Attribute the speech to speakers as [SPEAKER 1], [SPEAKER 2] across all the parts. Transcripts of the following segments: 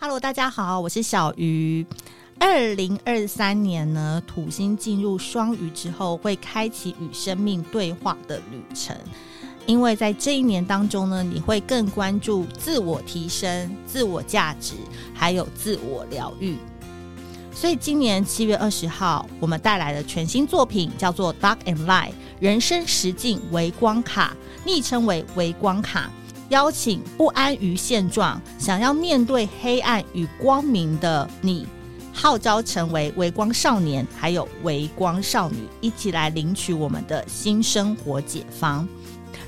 [SPEAKER 1] Hello，大家好，我是小鱼。二零二三年呢，土星进入双鱼之后，会开启与生命对话的旅程。因为在这一年当中呢，你会更关注自我提升、自我价值，还有自我疗愈。所以今年七月二十号，我们带来的全新作品叫做《Dark and Light》，人生实境微光卡，昵称为微光卡。邀请不安于现状、想要面对黑暗与光明的你，号召成为微光少年，还有微光少女，一起来领取我们的新生活解方。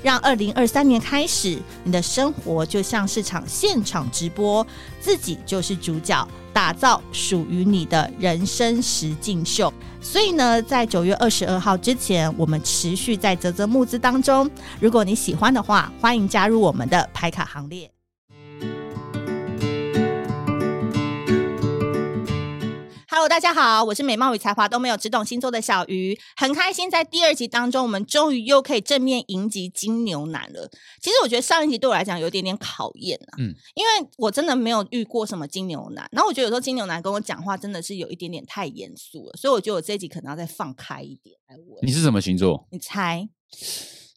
[SPEAKER 1] 让二零二三年开始，你的生活就像是场现场直播，自己就是主角，打造属于你的人生实境秀。所以呢，在九月二十二号之前，我们持续在泽泽募资当中。如果你喜欢的话，欢迎加入我们的排卡行列。Hello，大家好，我是美貌与才华都没有，只懂星座的小鱼，很开心在第二集当中，我们终于又可以正面迎击金牛男了。其实我觉得上一集对我来讲有点点考验啊，
[SPEAKER 2] 嗯
[SPEAKER 1] 因为我真的没有遇过什么金牛男，然后我觉得有时候金牛男跟我讲话真的是有一点点太严肃了，所以我觉得我这一集可能要再放开一点来问。
[SPEAKER 2] 你是什么星座？
[SPEAKER 1] 你猜？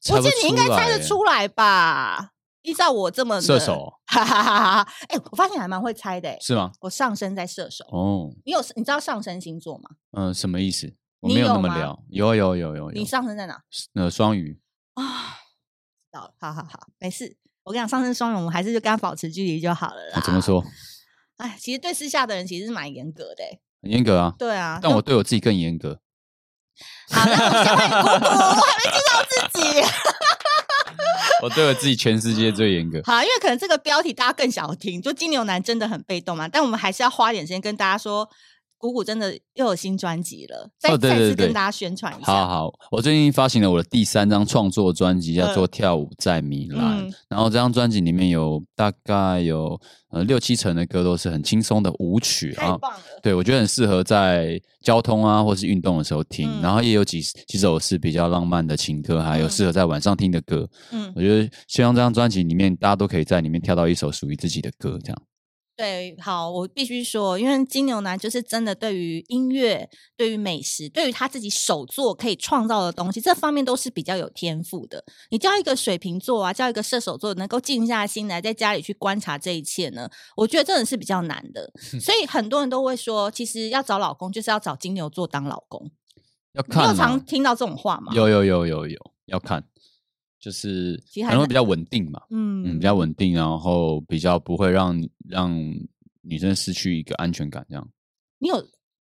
[SPEAKER 2] 猜
[SPEAKER 1] 我
[SPEAKER 2] 不
[SPEAKER 1] 觉得你应该
[SPEAKER 2] 出
[SPEAKER 1] 猜
[SPEAKER 2] 来
[SPEAKER 1] 得出来吧？依照我这么
[SPEAKER 2] 射
[SPEAKER 1] 的，
[SPEAKER 2] 手
[SPEAKER 1] 哈哈哈哈哈！哎、我发现你还蛮会猜的、欸。
[SPEAKER 2] 是吗？
[SPEAKER 1] 我上升在射手，
[SPEAKER 2] 哦，
[SPEAKER 1] 你有你知道上升星座吗？
[SPEAKER 2] 嗯、什么意思？我
[SPEAKER 1] 你
[SPEAKER 2] 没有那
[SPEAKER 1] 有
[SPEAKER 2] 么
[SPEAKER 1] 吗
[SPEAKER 2] 聊，有啊有啊有啊有啊有
[SPEAKER 1] 你上升在哪
[SPEAKER 2] 呃双鱼，
[SPEAKER 1] 啊？知道了，好好好，没事。我跟你讲，上升双鱼，我们还是就跟他保持距离就好了啦。
[SPEAKER 2] 啊、怎么？说？
[SPEAKER 1] 哎，其实对私下的人其实是蛮严格的、欸。
[SPEAKER 2] 很严格啊，
[SPEAKER 1] 对啊，
[SPEAKER 2] 但
[SPEAKER 1] 就
[SPEAKER 2] 我对我自己更严格。
[SPEAKER 1] 好，那我们先 换姑姑，我还没介绍自己。
[SPEAKER 2] 我对我自己全世界最严 格。
[SPEAKER 1] 好，因为可能这个标题大家更想要听，就金牛男真的很被动嘛，但我们还是要花点时间跟大家说，谷谷真的又有新专辑了，再、
[SPEAKER 2] 哦对
[SPEAKER 1] 再
[SPEAKER 2] 对
[SPEAKER 1] 次
[SPEAKER 2] 对
[SPEAKER 1] 跟大家宣传一下。
[SPEAKER 2] 好好，我最近发行了我的第三张创作专辑，叫做《跳舞在米兰》。
[SPEAKER 1] 嗯
[SPEAKER 2] 然后这张专辑里面有大概有呃六七成的歌都是很轻松的舞曲
[SPEAKER 1] 太
[SPEAKER 2] 啊，
[SPEAKER 1] 棒了，
[SPEAKER 2] 对，我觉得很适合在交通啊，或是运动的时候听。
[SPEAKER 1] 嗯
[SPEAKER 2] 然后也有几几首是比较浪漫的情歌，还有
[SPEAKER 1] 嗯
[SPEAKER 2] 适合在晚上听的歌。
[SPEAKER 1] 嗯，
[SPEAKER 2] 我觉得希望这张专辑里面，大家都可以在里面跳到一首属于自己的歌，这样。
[SPEAKER 1] 对，好，我必须说，因为金牛男就是真的对于音乐、对于美食、对于他自己手作可以创造的东西，这方面都是比较有天赋的。你叫一个水瓶座啊，叫一个射手座能够静下心来在家里去观察这一切呢，我觉得真的是比较难 的。所以很多人都会说，其实要找老公就是要找金牛座当老公。
[SPEAKER 2] 要
[SPEAKER 1] 你有
[SPEAKER 2] 看、
[SPEAKER 1] 常
[SPEAKER 2] 啊，
[SPEAKER 1] 听到这种话吗？，
[SPEAKER 2] 有有有有有要看，就是
[SPEAKER 1] 其实
[SPEAKER 2] 可
[SPEAKER 1] 还
[SPEAKER 2] 能会
[SPEAKER 1] 是
[SPEAKER 2] 比较稳定嘛，嗯，
[SPEAKER 1] 嗯
[SPEAKER 2] 比，较稳定，然后比较不会让让女生失去一个安全感，这样。
[SPEAKER 1] 你有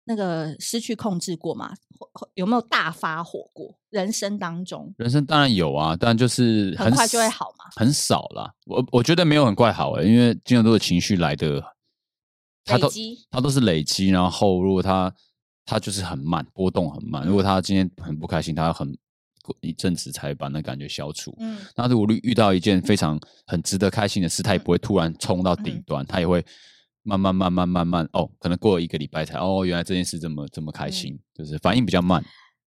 [SPEAKER 1] 那个失去控制过吗？或或有没有大发火过？人生当中
[SPEAKER 2] 人生当然有啊，但就是
[SPEAKER 1] 很快就会
[SPEAKER 2] 少
[SPEAKER 1] 好吗？
[SPEAKER 2] 很少啦。我我觉得没有很快好、欸，因为金牛座的情绪来的，他
[SPEAKER 1] 累
[SPEAKER 2] 都
[SPEAKER 1] 积。
[SPEAKER 2] 他都是累积，然后如果他他就是很慢，波动很慢。
[SPEAKER 1] 嗯
[SPEAKER 2] 如果他今天很不开心，他很过一阵子才把那感觉消除。
[SPEAKER 1] 嗯，
[SPEAKER 2] 那如果遇到一件非常很值得开心的事，他也不会突然冲到顶
[SPEAKER 1] 嗯
[SPEAKER 2] 端，他也会慢慢慢慢慢慢哦，可能过了一个礼拜才哦，原来这件事这么这么开
[SPEAKER 1] 嗯
[SPEAKER 2] 心，就是反应比较慢。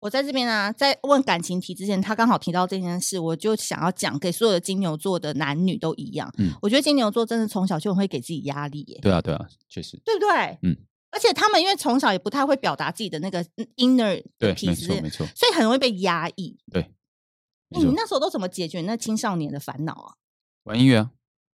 [SPEAKER 1] 我在这边啊，在问感情题之前，他刚好提到这件事，我就想要讲给所有的金牛座的男女都一样。
[SPEAKER 2] 嗯
[SPEAKER 1] 我觉得金牛座真的从小就很会给自己压力耶，
[SPEAKER 2] 对啊，对啊，确实，
[SPEAKER 1] 对不对？
[SPEAKER 2] 嗯。
[SPEAKER 1] 而且他们因为从小也不太会表达自己的那个嗯 inner
[SPEAKER 2] 对
[SPEAKER 1] 的，
[SPEAKER 2] 没
[SPEAKER 1] piece，
[SPEAKER 2] 错，没错，
[SPEAKER 1] 所以很容易被压抑。
[SPEAKER 2] 没
[SPEAKER 1] 哎你
[SPEAKER 2] 错。
[SPEAKER 1] 那时候都怎么解决那青少年的烦恼啊？
[SPEAKER 2] 玩音乐啊，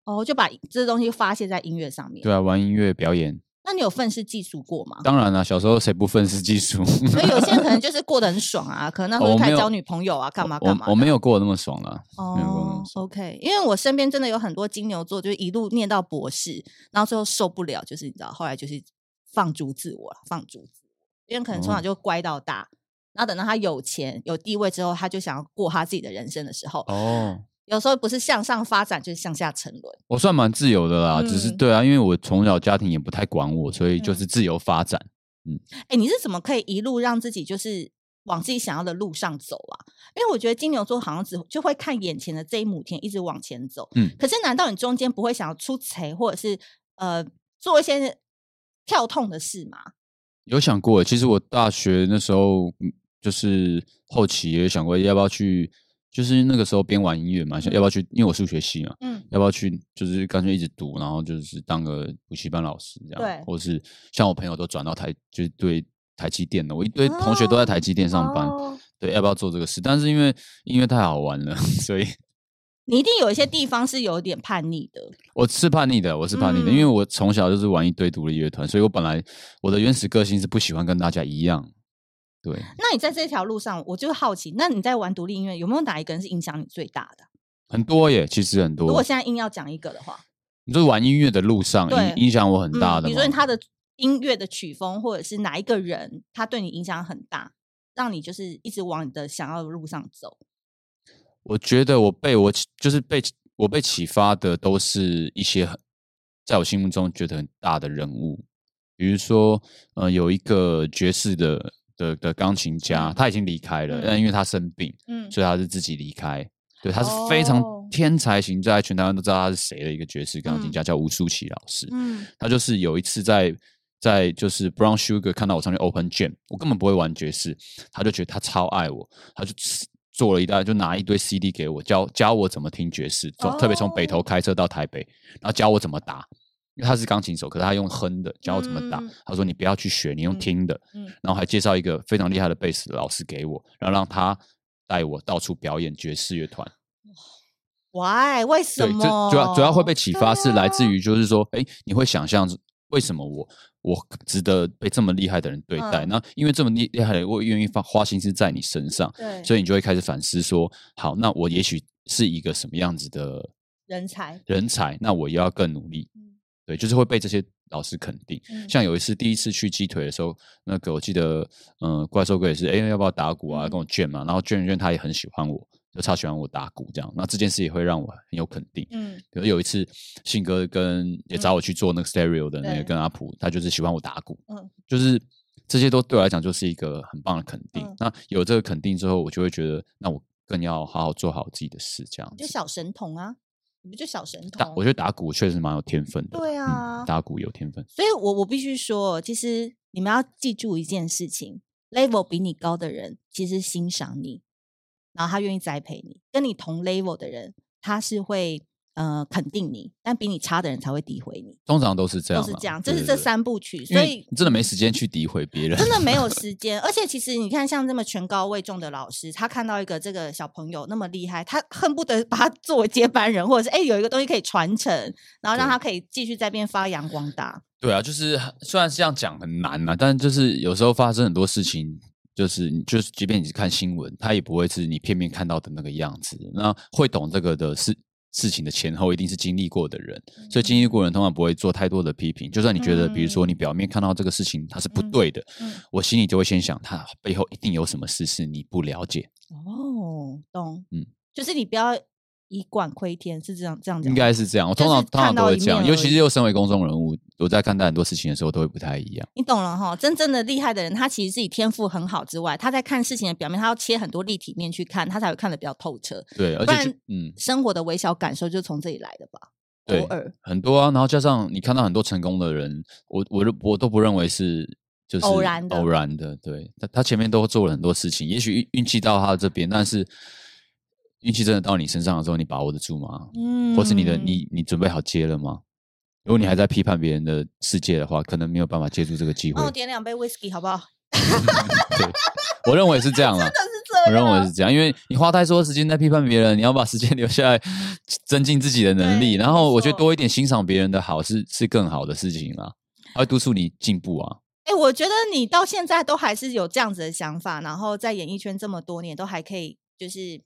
[SPEAKER 1] 哦，就把这东西发泄在音乐上面。
[SPEAKER 2] 对啊，玩音乐表演，
[SPEAKER 1] 那你有愤世嫉俗过吗？
[SPEAKER 2] 当然啦、小时候谁不愤世嫉俗？
[SPEAKER 1] 所以有些人可能就是过得很爽啊，可能那时
[SPEAKER 2] 哦
[SPEAKER 1] 候
[SPEAKER 2] 我
[SPEAKER 1] 开
[SPEAKER 2] 没
[SPEAKER 1] 始
[SPEAKER 2] 有
[SPEAKER 1] 交女朋友啊，干嘛
[SPEAKER 2] 我
[SPEAKER 1] 干嘛的。
[SPEAKER 2] 我没有过得那么爽啦、没有过那
[SPEAKER 1] 哦
[SPEAKER 2] 种事
[SPEAKER 1] ，OK，因为我身边真的有很多金牛座，就是一路念到博士，然后最后受不了，就是你知道，后来就是放逐自我了，放逐自我，因为可能从小
[SPEAKER 2] 哦
[SPEAKER 1] 就乖到大，然后等到他有钱有地位之后，他就想要过他自己的人生的时候，
[SPEAKER 2] 哦，
[SPEAKER 1] 有时候不是向上发展，就是向下沉沦。
[SPEAKER 2] 我算蛮自由的啦，只是
[SPEAKER 1] 嗯
[SPEAKER 2] 对啊，因为我从小家庭也不太管我，所以就
[SPEAKER 1] 嗯
[SPEAKER 2] 是自由发展。
[SPEAKER 1] 哎，你是怎么可以一路让自己就是往自己想要的路上走啊？因为我觉得金牛座好像只就会看眼前的这一亩田，一直往前走。
[SPEAKER 2] 嗯
[SPEAKER 1] 可是难道你中间不会想要出贼，或者是呃做一些跳痛的事吗？
[SPEAKER 2] 有想过，其实我大学那时候嗯就是后期也想过要不要去就是那个时候边玩音乐嘛，想要不要去？因为我数学系嘛，
[SPEAKER 1] 嗯，
[SPEAKER 2] 要不要去？就是干脆一直读，然后就是当个补习班老师这样，
[SPEAKER 1] 对
[SPEAKER 2] 或是像我朋友都转到台，就是对台积电的，我一堆同学都在台积电上班，
[SPEAKER 1] 哦
[SPEAKER 2] 对，要不要做这个事？但是因为音乐太好玩了， 所以
[SPEAKER 1] 你一定有一些地方是有点叛逆的，
[SPEAKER 2] 我是叛逆的，我是叛逆
[SPEAKER 1] 嗯
[SPEAKER 2] 的，因为我从小就是玩一堆独立乐团，所以我本来我的原始个性是不喜欢跟大家一样，对。
[SPEAKER 1] 那你在这条路上，我就好奇，那你在玩独立音乐有没有哪一个人是影响你最大的？
[SPEAKER 2] 很多耶，其实很
[SPEAKER 1] 如果
[SPEAKER 2] 多。
[SPEAKER 1] 现在硬要讲一个的话，
[SPEAKER 2] 你说玩音乐的路上
[SPEAKER 1] 对嗯
[SPEAKER 2] 影影响我很大的吗、
[SPEAKER 1] 比如说他的音乐的曲风，或者是哪一个人，他对你影响很大，让你就是一直往你的想要的路上走。
[SPEAKER 2] 我觉得我被我启就是被启我被启发的都是一些很在我心目中觉得很大的人物，比如说呃有一个爵士的的的钢琴家，
[SPEAKER 1] 嗯
[SPEAKER 2] 他已经离开了，
[SPEAKER 1] 嗯
[SPEAKER 2] 但因为他生病，
[SPEAKER 1] 嗯，
[SPEAKER 2] 所以他是自己离开。对，他是非常
[SPEAKER 1] 哦
[SPEAKER 2] 天才型，在全台湾都知道他是谁的一个爵士钢琴家，叫吴舒琪老师。
[SPEAKER 1] 嗯
[SPEAKER 2] 他就是有一次在在就是 Brown Sugar 看到我上去 Open Jam，我根本不会玩爵士，他就觉得他超爱我，他就做了一大就拿一堆 CD 给我，教教我怎么听爵士，从、特别从北投
[SPEAKER 1] 哦
[SPEAKER 2] 开车到台北，然后教我怎么打。因为他是钢琴手，可是他用哼的教我怎么打。
[SPEAKER 1] 嗯
[SPEAKER 2] 他说你不要去学，你用
[SPEAKER 1] 嗯
[SPEAKER 2] 听的。
[SPEAKER 1] 嗯，
[SPEAKER 2] 然后还介绍一个非常厉害的贝斯老师给我，然后让他带我到处表演爵士乐团。
[SPEAKER 1] why 为什
[SPEAKER 2] 对，
[SPEAKER 1] 么？
[SPEAKER 2] 就主要主要会被启
[SPEAKER 1] 对
[SPEAKER 2] 发是来自
[SPEAKER 1] 啊
[SPEAKER 2] 于就是说，哎、你会想象为什么我我值得被这么厉害的人对待？
[SPEAKER 1] 嗯
[SPEAKER 2] 那因为这么厉厉害的人，我愿意放花心思在你身上，
[SPEAKER 1] 对，
[SPEAKER 2] 所以你就会开始反思说，好，那我也许是一个什么样子的
[SPEAKER 1] 人才，
[SPEAKER 2] 人才，那我也要更努力。
[SPEAKER 1] 嗯
[SPEAKER 2] 对，就是会被这些老师肯定。
[SPEAKER 1] 嗯
[SPEAKER 2] 像有一次第一次去鸡腿的时候，那个我记得，嗯、怪兽哥也是，哎、要不要打鼓啊？
[SPEAKER 1] 嗯
[SPEAKER 2] 跟我劝嘛，然后劝一劝他也很喜欢我，就超喜欢我打鼓这样。那这件事也会让我很有肯定。
[SPEAKER 1] 嗯
[SPEAKER 2] 比如有一次，信哥跟也找我去做那个 stereo 的那个
[SPEAKER 1] 对
[SPEAKER 2] 跟阿普，他就是喜欢我打鼓，
[SPEAKER 1] 嗯
[SPEAKER 2] 就是这些都对我来讲就是一个很棒的肯定。
[SPEAKER 1] 嗯
[SPEAKER 2] 那有这个肯定之后，我就会觉得，那我更要好好做好自己的事，这样
[SPEAKER 1] 你就
[SPEAKER 2] 子。
[SPEAKER 1] 小神童啊，你不就小神
[SPEAKER 2] 打
[SPEAKER 1] 童？
[SPEAKER 2] 我觉得打鼓确实蛮有天分的，
[SPEAKER 1] 对
[SPEAKER 2] 嗯
[SPEAKER 1] 啊
[SPEAKER 2] 打鼓有天分。
[SPEAKER 1] 所以我我必须说，哦其实你们要记住一件事情：level 比你高的人其实欣赏你，然后他愿意栽培你；跟你同 level 的人，他是会呃肯定你，但比你差的人才会诋毁你，
[SPEAKER 2] 通常都是这
[SPEAKER 1] 都
[SPEAKER 2] 样啦，
[SPEAKER 1] 是这样。这
[SPEAKER 2] 对啊
[SPEAKER 1] 是
[SPEAKER 2] 对
[SPEAKER 1] 这
[SPEAKER 2] 对
[SPEAKER 1] 三部曲，
[SPEAKER 2] 因
[SPEAKER 1] 所
[SPEAKER 2] 为
[SPEAKER 1] 以
[SPEAKER 2] 你真的没时间去诋毁别人，
[SPEAKER 1] 真的没有时间。而且其实你看，像这么权高位重的老师，他看到一个这个小朋友那么厉害，他恨不得把他 作为接班人，或者是哎、有一个东西可以传承，然后让
[SPEAKER 2] 对
[SPEAKER 1] 他可以继续在边发扬光大。
[SPEAKER 2] 对啊，就是虽然是这样讲很难呐、但就是有时候发生很多事情，就是你就是即便你是看新闻，它也不会是你片面看到的那个样子。那会懂这个的事事情的前后，一定是经历过的人，所以经历过的人通常不会做太多的批评。就算你觉得，比如说你表面看到这个事情它是不对的，
[SPEAKER 1] 嗯
[SPEAKER 2] 我心里就会先想，它背后一定有什么事是你不了解，
[SPEAKER 1] 哦，懂，
[SPEAKER 2] 嗯
[SPEAKER 1] 嗯，就是你不要以管窥天，是这样这样讲
[SPEAKER 2] 应
[SPEAKER 1] 吗，
[SPEAKER 2] 该是这样。我通
[SPEAKER 1] 就是
[SPEAKER 2] 常通常
[SPEAKER 1] 看
[SPEAKER 2] 都
[SPEAKER 1] 到
[SPEAKER 2] 会
[SPEAKER 1] 一
[SPEAKER 2] 这样，
[SPEAKER 1] 面
[SPEAKER 2] 尤
[SPEAKER 1] 而
[SPEAKER 2] 其
[SPEAKER 1] 已
[SPEAKER 2] 是又身为公众人物，我在看待很多事情的时候都会不太一样。
[SPEAKER 1] 你懂了哈。真正的厉害的人，他其实自己天赋很好之外，他在看事情的表面，他要切很多立体面去看，他才会看得比较透彻。
[SPEAKER 2] 对，而
[SPEAKER 1] 不
[SPEAKER 2] 且就
[SPEAKER 1] 然
[SPEAKER 2] 嗯。
[SPEAKER 1] 生活的微小感受就从这里来的吧。
[SPEAKER 2] 对
[SPEAKER 1] 偶尔，
[SPEAKER 2] 很多啊，然后加上你看到很多成功的人，我我都我都不认为是就是
[SPEAKER 1] 偶然的
[SPEAKER 2] 偶然的，对他他前面都做了很多事情，也许运运气到他这边，但是运气真的到你身上的时候，你把握得住吗？
[SPEAKER 1] 嗯
[SPEAKER 2] 或是你的你你准备好接了吗？如果你还在批判别人的世界的话，可能没有办法接住这个机会
[SPEAKER 1] 帮。我点两杯 whisky 好不 好？
[SPEAKER 2] 对，我认为是这样啦。
[SPEAKER 1] 但是这
[SPEAKER 2] 我认
[SPEAKER 1] 样，
[SPEAKER 2] 为是这样，因为你花太多时间在批判别人，你要把时间 留下来增进自己的能力。
[SPEAKER 1] 对
[SPEAKER 2] 然后我觉
[SPEAKER 1] 没
[SPEAKER 2] 得
[SPEAKER 1] 错
[SPEAKER 2] 多一点欣赏别人的好是是更好的事情啦，它会督促你进步啊。
[SPEAKER 1] 哎、我觉得你到现在都还是有这样子的想法，然后在演艺圈这么多年，都还可以就是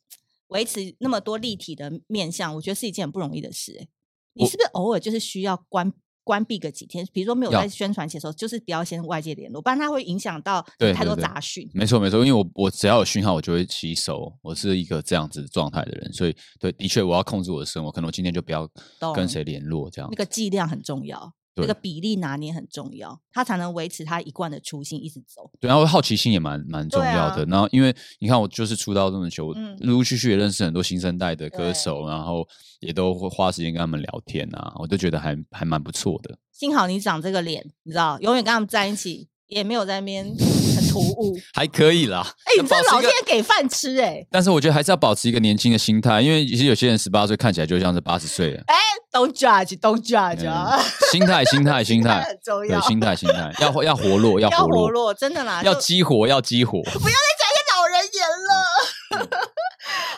[SPEAKER 1] 维持那么多立体的面相，我觉得是一件很不容易的事、欸。你
[SPEAKER 2] 我
[SPEAKER 1] 是不是偶尔就是需要关关闭个几天？比如说没有
[SPEAKER 2] 要
[SPEAKER 1] 在宣传期的时候，就是不要先外界联络，不然它会影响到你
[SPEAKER 2] 对
[SPEAKER 1] 太
[SPEAKER 2] 对
[SPEAKER 1] 多
[SPEAKER 2] 对
[SPEAKER 1] 杂讯。
[SPEAKER 2] 没错没错，因为我我只要有讯号，我就会吸收。我是一个这样子状态的人，所以对，的确我要控制我的生活，可能我今天就不要跟
[SPEAKER 1] 懂
[SPEAKER 2] 谁联络这样
[SPEAKER 1] 那。个剂量很重要，那
[SPEAKER 2] 对
[SPEAKER 1] 个比例拿捏很重要，它才能维持它一贯的初心一直走。
[SPEAKER 2] 对，然后好奇心也蛮蛮重
[SPEAKER 1] 对啊
[SPEAKER 2] 要的。然后因为你看，我就是出道这么久，
[SPEAKER 1] 嗯
[SPEAKER 2] 陆陆续续也认识很多新生代的歌
[SPEAKER 1] 对
[SPEAKER 2] 手，然后也都会花时间跟他们聊天啊，我就觉得还还蛮不错的。
[SPEAKER 1] 幸好你长这个脸，你知道，永远跟他们在一起，也没有在那边很突兀。
[SPEAKER 2] 还可以啦。
[SPEAKER 1] 哎、你这
[SPEAKER 2] 保持
[SPEAKER 1] 老
[SPEAKER 2] 一个
[SPEAKER 1] 天给饭吃哎、
[SPEAKER 2] 但是我觉得还是要保持一个年轻的心态，因为其实有些人十八岁看起来就像是八十岁 了。
[SPEAKER 1] d o n t judge，Don't judge，、啊
[SPEAKER 2] 嗯心态，心态，心态，
[SPEAKER 1] 很重
[SPEAKER 2] 对
[SPEAKER 1] 要，，
[SPEAKER 2] 心态，心态，要要活络，要
[SPEAKER 1] 要
[SPEAKER 2] 活
[SPEAKER 1] 活
[SPEAKER 2] 络，
[SPEAKER 1] 络，真的啦，
[SPEAKER 2] 要
[SPEAKER 1] 就
[SPEAKER 2] 激活，要 激活。
[SPEAKER 1] 老人言了。
[SPEAKER 2] 嗯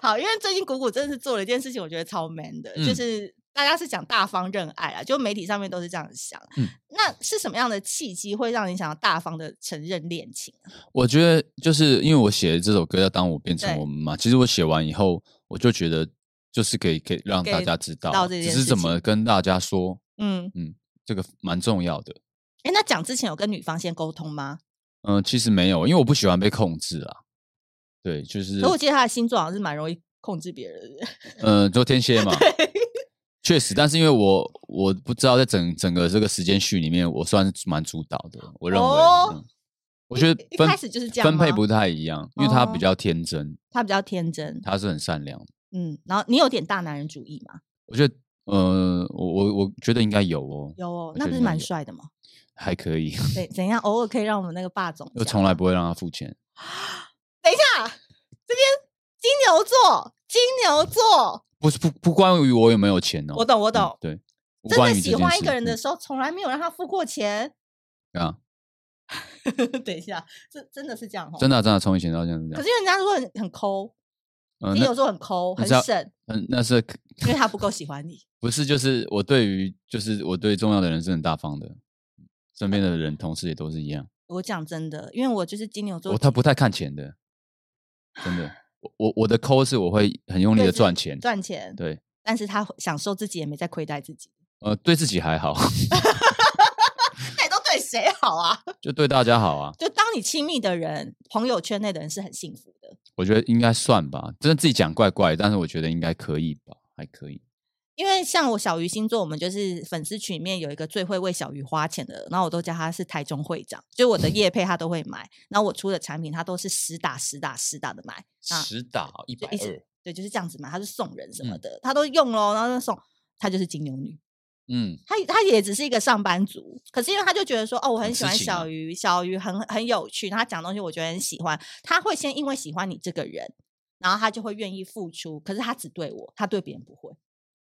[SPEAKER 1] 好，因为最近谷谷真的是做了一件事情，我觉得超 man 的，就
[SPEAKER 2] 嗯
[SPEAKER 1] 是大家是讲大方认爱啊，就媒体上面都是这样想。啊
[SPEAKER 2] 嗯
[SPEAKER 1] 那是什么样的契机会让你想要大方的承认恋情啊？
[SPEAKER 2] 我觉得就是因为我写的这首歌叫《当我变成
[SPEAKER 1] 对
[SPEAKER 2] 我们》嘛，其实我写完以后，我就觉得就是可以可以让
[SPEAKER 1] 给
[SPEAKER 2] 大家知
[SPEAKER 1] 到
[SPEAKER 2] 道，
[SPEAKER 1] 这
[SPEAKER 2] 只
[SPEAKER 1] 件
[SPEAKER 2] 是
[SPEAKER 1] 事
[SPEAKER 2] 怎
[SPEAKER 1] 情
[SPEAKER 2] 么跟大家说，
[SPEAKER 1] 嗯，
[SPEAKER 2] 这个蛮重要的。
[SPEAKER 1] 哎，那讲之前有跟女方先沟通吗？
[SPEAKER 2] 嗯、其实没有，因为我不喜欢被控制啊。对，就是
[SPEAKER 1] 可我记得他的星座好像是蛮容易控制别人的。
[SPEAKER 2] 嗯，就天蝎嘛，确实，但是因为我我不知道在整整个这个时间序里面，我算是蛮主导的，我认为，
[SPEAKER 1] 哦
[SPEAKER 2] 嗯我觉得
[SPEAKER 1] 一
[SPEAKER 2] 分
[SPEAKER 1] 开始就是这样
[SPEAKER 2] 分配
[SPEAKER 1] 吗
[SPEAKER 2] 不太一样，因为他
[SPEAKER 1] 哦
[SPEAKER 2] 比较天真，
[SPEAKER 1] 他比较天真，
[SPEAKER 2] 他是很善良的，
[SPEAKER 1] 嗯，然后你有点大男人主义嘛？
[SPEAKER 2] 我觉得。呃，我我我觉得应该有哦，
[SPEAKER 1] 有哦
[SPEAKER 2] 我，
[SPEAKER 1] 那
[SPEAKER 2] 觉
[SPEAKER 1] 不
[SPEAKER 2] 得
[SPEAKER 1] 是
[SPEAKER 2] 应该
[SPEAKER 1] 蛮
[SPEAKER 2] 有
[SPEAKER 1] 帅的吗？
[SPEAKER 2] 还可以，
[SPEAKER 1] 对，怎样？偶尔可以让我们那个霸总
[SPEAKER 2] 我
[SPEAKER 1] 讲
[SPEAKER 2] 从来不会让他付钱。
[SPEAKER 1] 等一下，这边金牛座，金牛座，
[SPEAKER 2] 不是不不关于我有没有钱哦，
[SPEAKER 1] 我懂，我
[SPEAKER 2] 我
[SPEAKER 1] 懂。
[SPEAKER 2] 对，不
[SPEAKER 1] 真
[SPEAKER 2] 关
[SPEAKER 1] 的
[SPEAKER 2] 于这
[SPEAKER 1] 喜
[SPEAKER 2] 件
[SPEAKER 1] 欢一
[SPEAKER 2] 事
[SPEAKER 1] 个人的
[SPEAKER 2] 嗯
[SPEAKER 1] 时候，从来没有让他付过钱。
[SPEAKER 2] 对啊，
[SPEAKER 1] 等一下，这真的是这样哦。
[SPEAKER 2] 真
[SPEAKER 1] 的。
[SPEAKER 2] 的啊真的从以前到现在是这
[SPEAKER 1] 可
[SPEAKER 2] 样
[SPEAKER 1] 是，人家如果很很抠，
[SPEAKER 2] 嗯
[SPEAKER 1] 金
[SPEAKER 2] 那
[SPEAKER 1] 牛座很抠，
[SPEAKER 2] 你
[SPEAKER 1] 很
[SPEAKER 2] 知道
[SPEAKER 1] 省，
[SPEAKER 2] 嗯那是
[SPEAKER 1] 因为他不够喜欢你。
[SPEAKER 2] 不是，就是我对于就是我对重要的人是很大方的，身边的人同事也都是一样，
[SPEAKER 1] 我讲真的，因为我就是金牛座
[SPEAKER 2] 哦我，他不太看钱的，真的。我我我的抠是我会很用力
[SPEAKER 1] 对
[SPEAKER 2] 的
[SPEAKER 1] 是
[SPEAKER 2] 赚钱，
[SPEAKER 1] 赚钱，
[SPEAKER 2] 对，
[SPEAKER 1] 但是他享受自己也没在亏待自己。
[SPEAKER 2] 呃，对自己还好，
[SPEAKER 1] 那你都对谁好啊？
[SPEAKER 2] 就对大家好啊，
[SPEAKER 1] 就当你亲密的人、朋友圈内的人是很幸福的，
[SPEAKER 2] 我觉得应该算吧。真的自己讲怪怪，但是我觉得应该可以吧，还可以。
[SPEAKER 1] 因为像我小鱼星座，我们就是粉丝群里面有一个最会为小鱼花钱的，然后我都叫他是台中会长，就我的业配他都会买，然后我出的产品他都是实打实打实打的买，啊
[SPEAKER 2] 实打一
[SPEAKER 1] 就
[SPEAKER 2] 百
[SPEAKER 1] 一直
[SPEAKER 2] 二，
[SPEAKER 1] 对，就是这样子嘛，他是送人什么
[SPEAKER 2] 嗯
[SPEAKER 1] 的，他都用咯，然后就送，他就是金牛女，
[SPEAKER 2] 嗯，
[SPEAKER 1] 他他也只是一个上班族，可是因为他就觉得说，哦，我很
[SPEAKER 2] 很
[SPEAKER 1] 喜
[SPEAKER 2] 痴
[SPEAKER 1] 欢
[SPEAKER 2] 情
[SPEAKER 1] 小
[SPEAKER 2] 啊
[SPEAKER 1] 鱼，小鱼很很有趣，然后他讲的东西我觉得很喜欢，他会先因为喜欢你这个人，然后他就会愿意付出，可是他只对我，他对别人不会，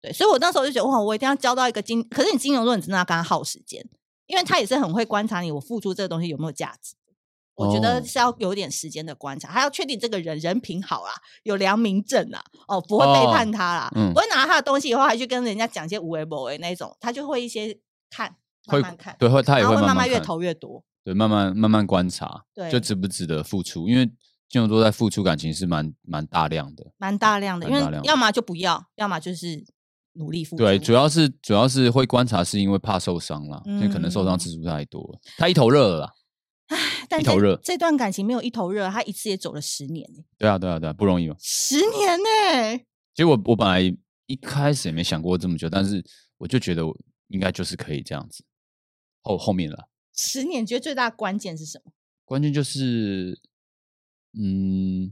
[SPEAKER 1] 对，所以我那时候就觉得，哇，我一定要交到一个金，可是你金牛座，你真的要跟他耗时间，因为他也是很会观察你，我付出这个东西有没有价值。我觉得
[SPEAKER 2] 哦
[SPEAKER 1] 是要有一点时间的观察，还要确定这个人人品好啦，有良民证啦，哦，不会背
[SPEAKER 2] 哦
[SPEAKER 1] 叛他啦，
[SPEAKER 2] 嗯
[SPEAKER 1] 不会拿他的东西以后还去跟人家讲一些无为不为那一种，他就会一些看，慢
[SPEAKER 2] 会
[SPEAKER 1] 慢看，
[SPEAKER 2] 对，会他也
[SPEAKER 1] 然后
[SPEAKER 2] 会
[SPEAKER 1] 会慢
[SPEAKER 2] 慢
[SPEAKER 1] 慢
[SPEAKER 2] 慢
[SPEAKER 1] 越
[SPEAKER 2] 看，
[SPEAKER 1] 投越多。
[SPEAKER 2] 对，慢慢慢慢观察，
[SPEAKER 1] 对
[SPEAKER 2] 就值不值得付出，因为金牛座在付出感情是蛮蛮大量的。
[SPEAKER 1] 蛮大量的，因
[SPEAKER 2] 蛮大
[SPEAKER 1] 为
[SPEAKER 2] 量的
[SPEAKER 1] 要么就不要，要么就是努力付出。
[SPEAKER 2] 对，主要是主要是会观察，是因为怕受伤啦，因为可能受伤
[SPEAKER 1] 嗯
[SPEAKER 2] 次数太多了，他一头热了啦。
[SPEAKER 1] 但
[SPEAKER 2] 一头
[SPEAKER 1] 这
[SPEAKER 2] 热
[SPEAKER 1] 这段感情没有一头热，他一次也走了十年欸，
[SPEAKER 2] 对啊，对啊，对啊，不容易嘛。
[SPEAKER 1] 十年呢、
[SPEAKER 2] 其实我我本来一开始也没想过这么久，但是我就觉得我应该就是可以这样子。后后面了，
[SPEAKER 1] 十年，你觉得最大的关键是什么？
[SPEAKER 2] 关键就是，嗯，
[SPEAKER 1] 你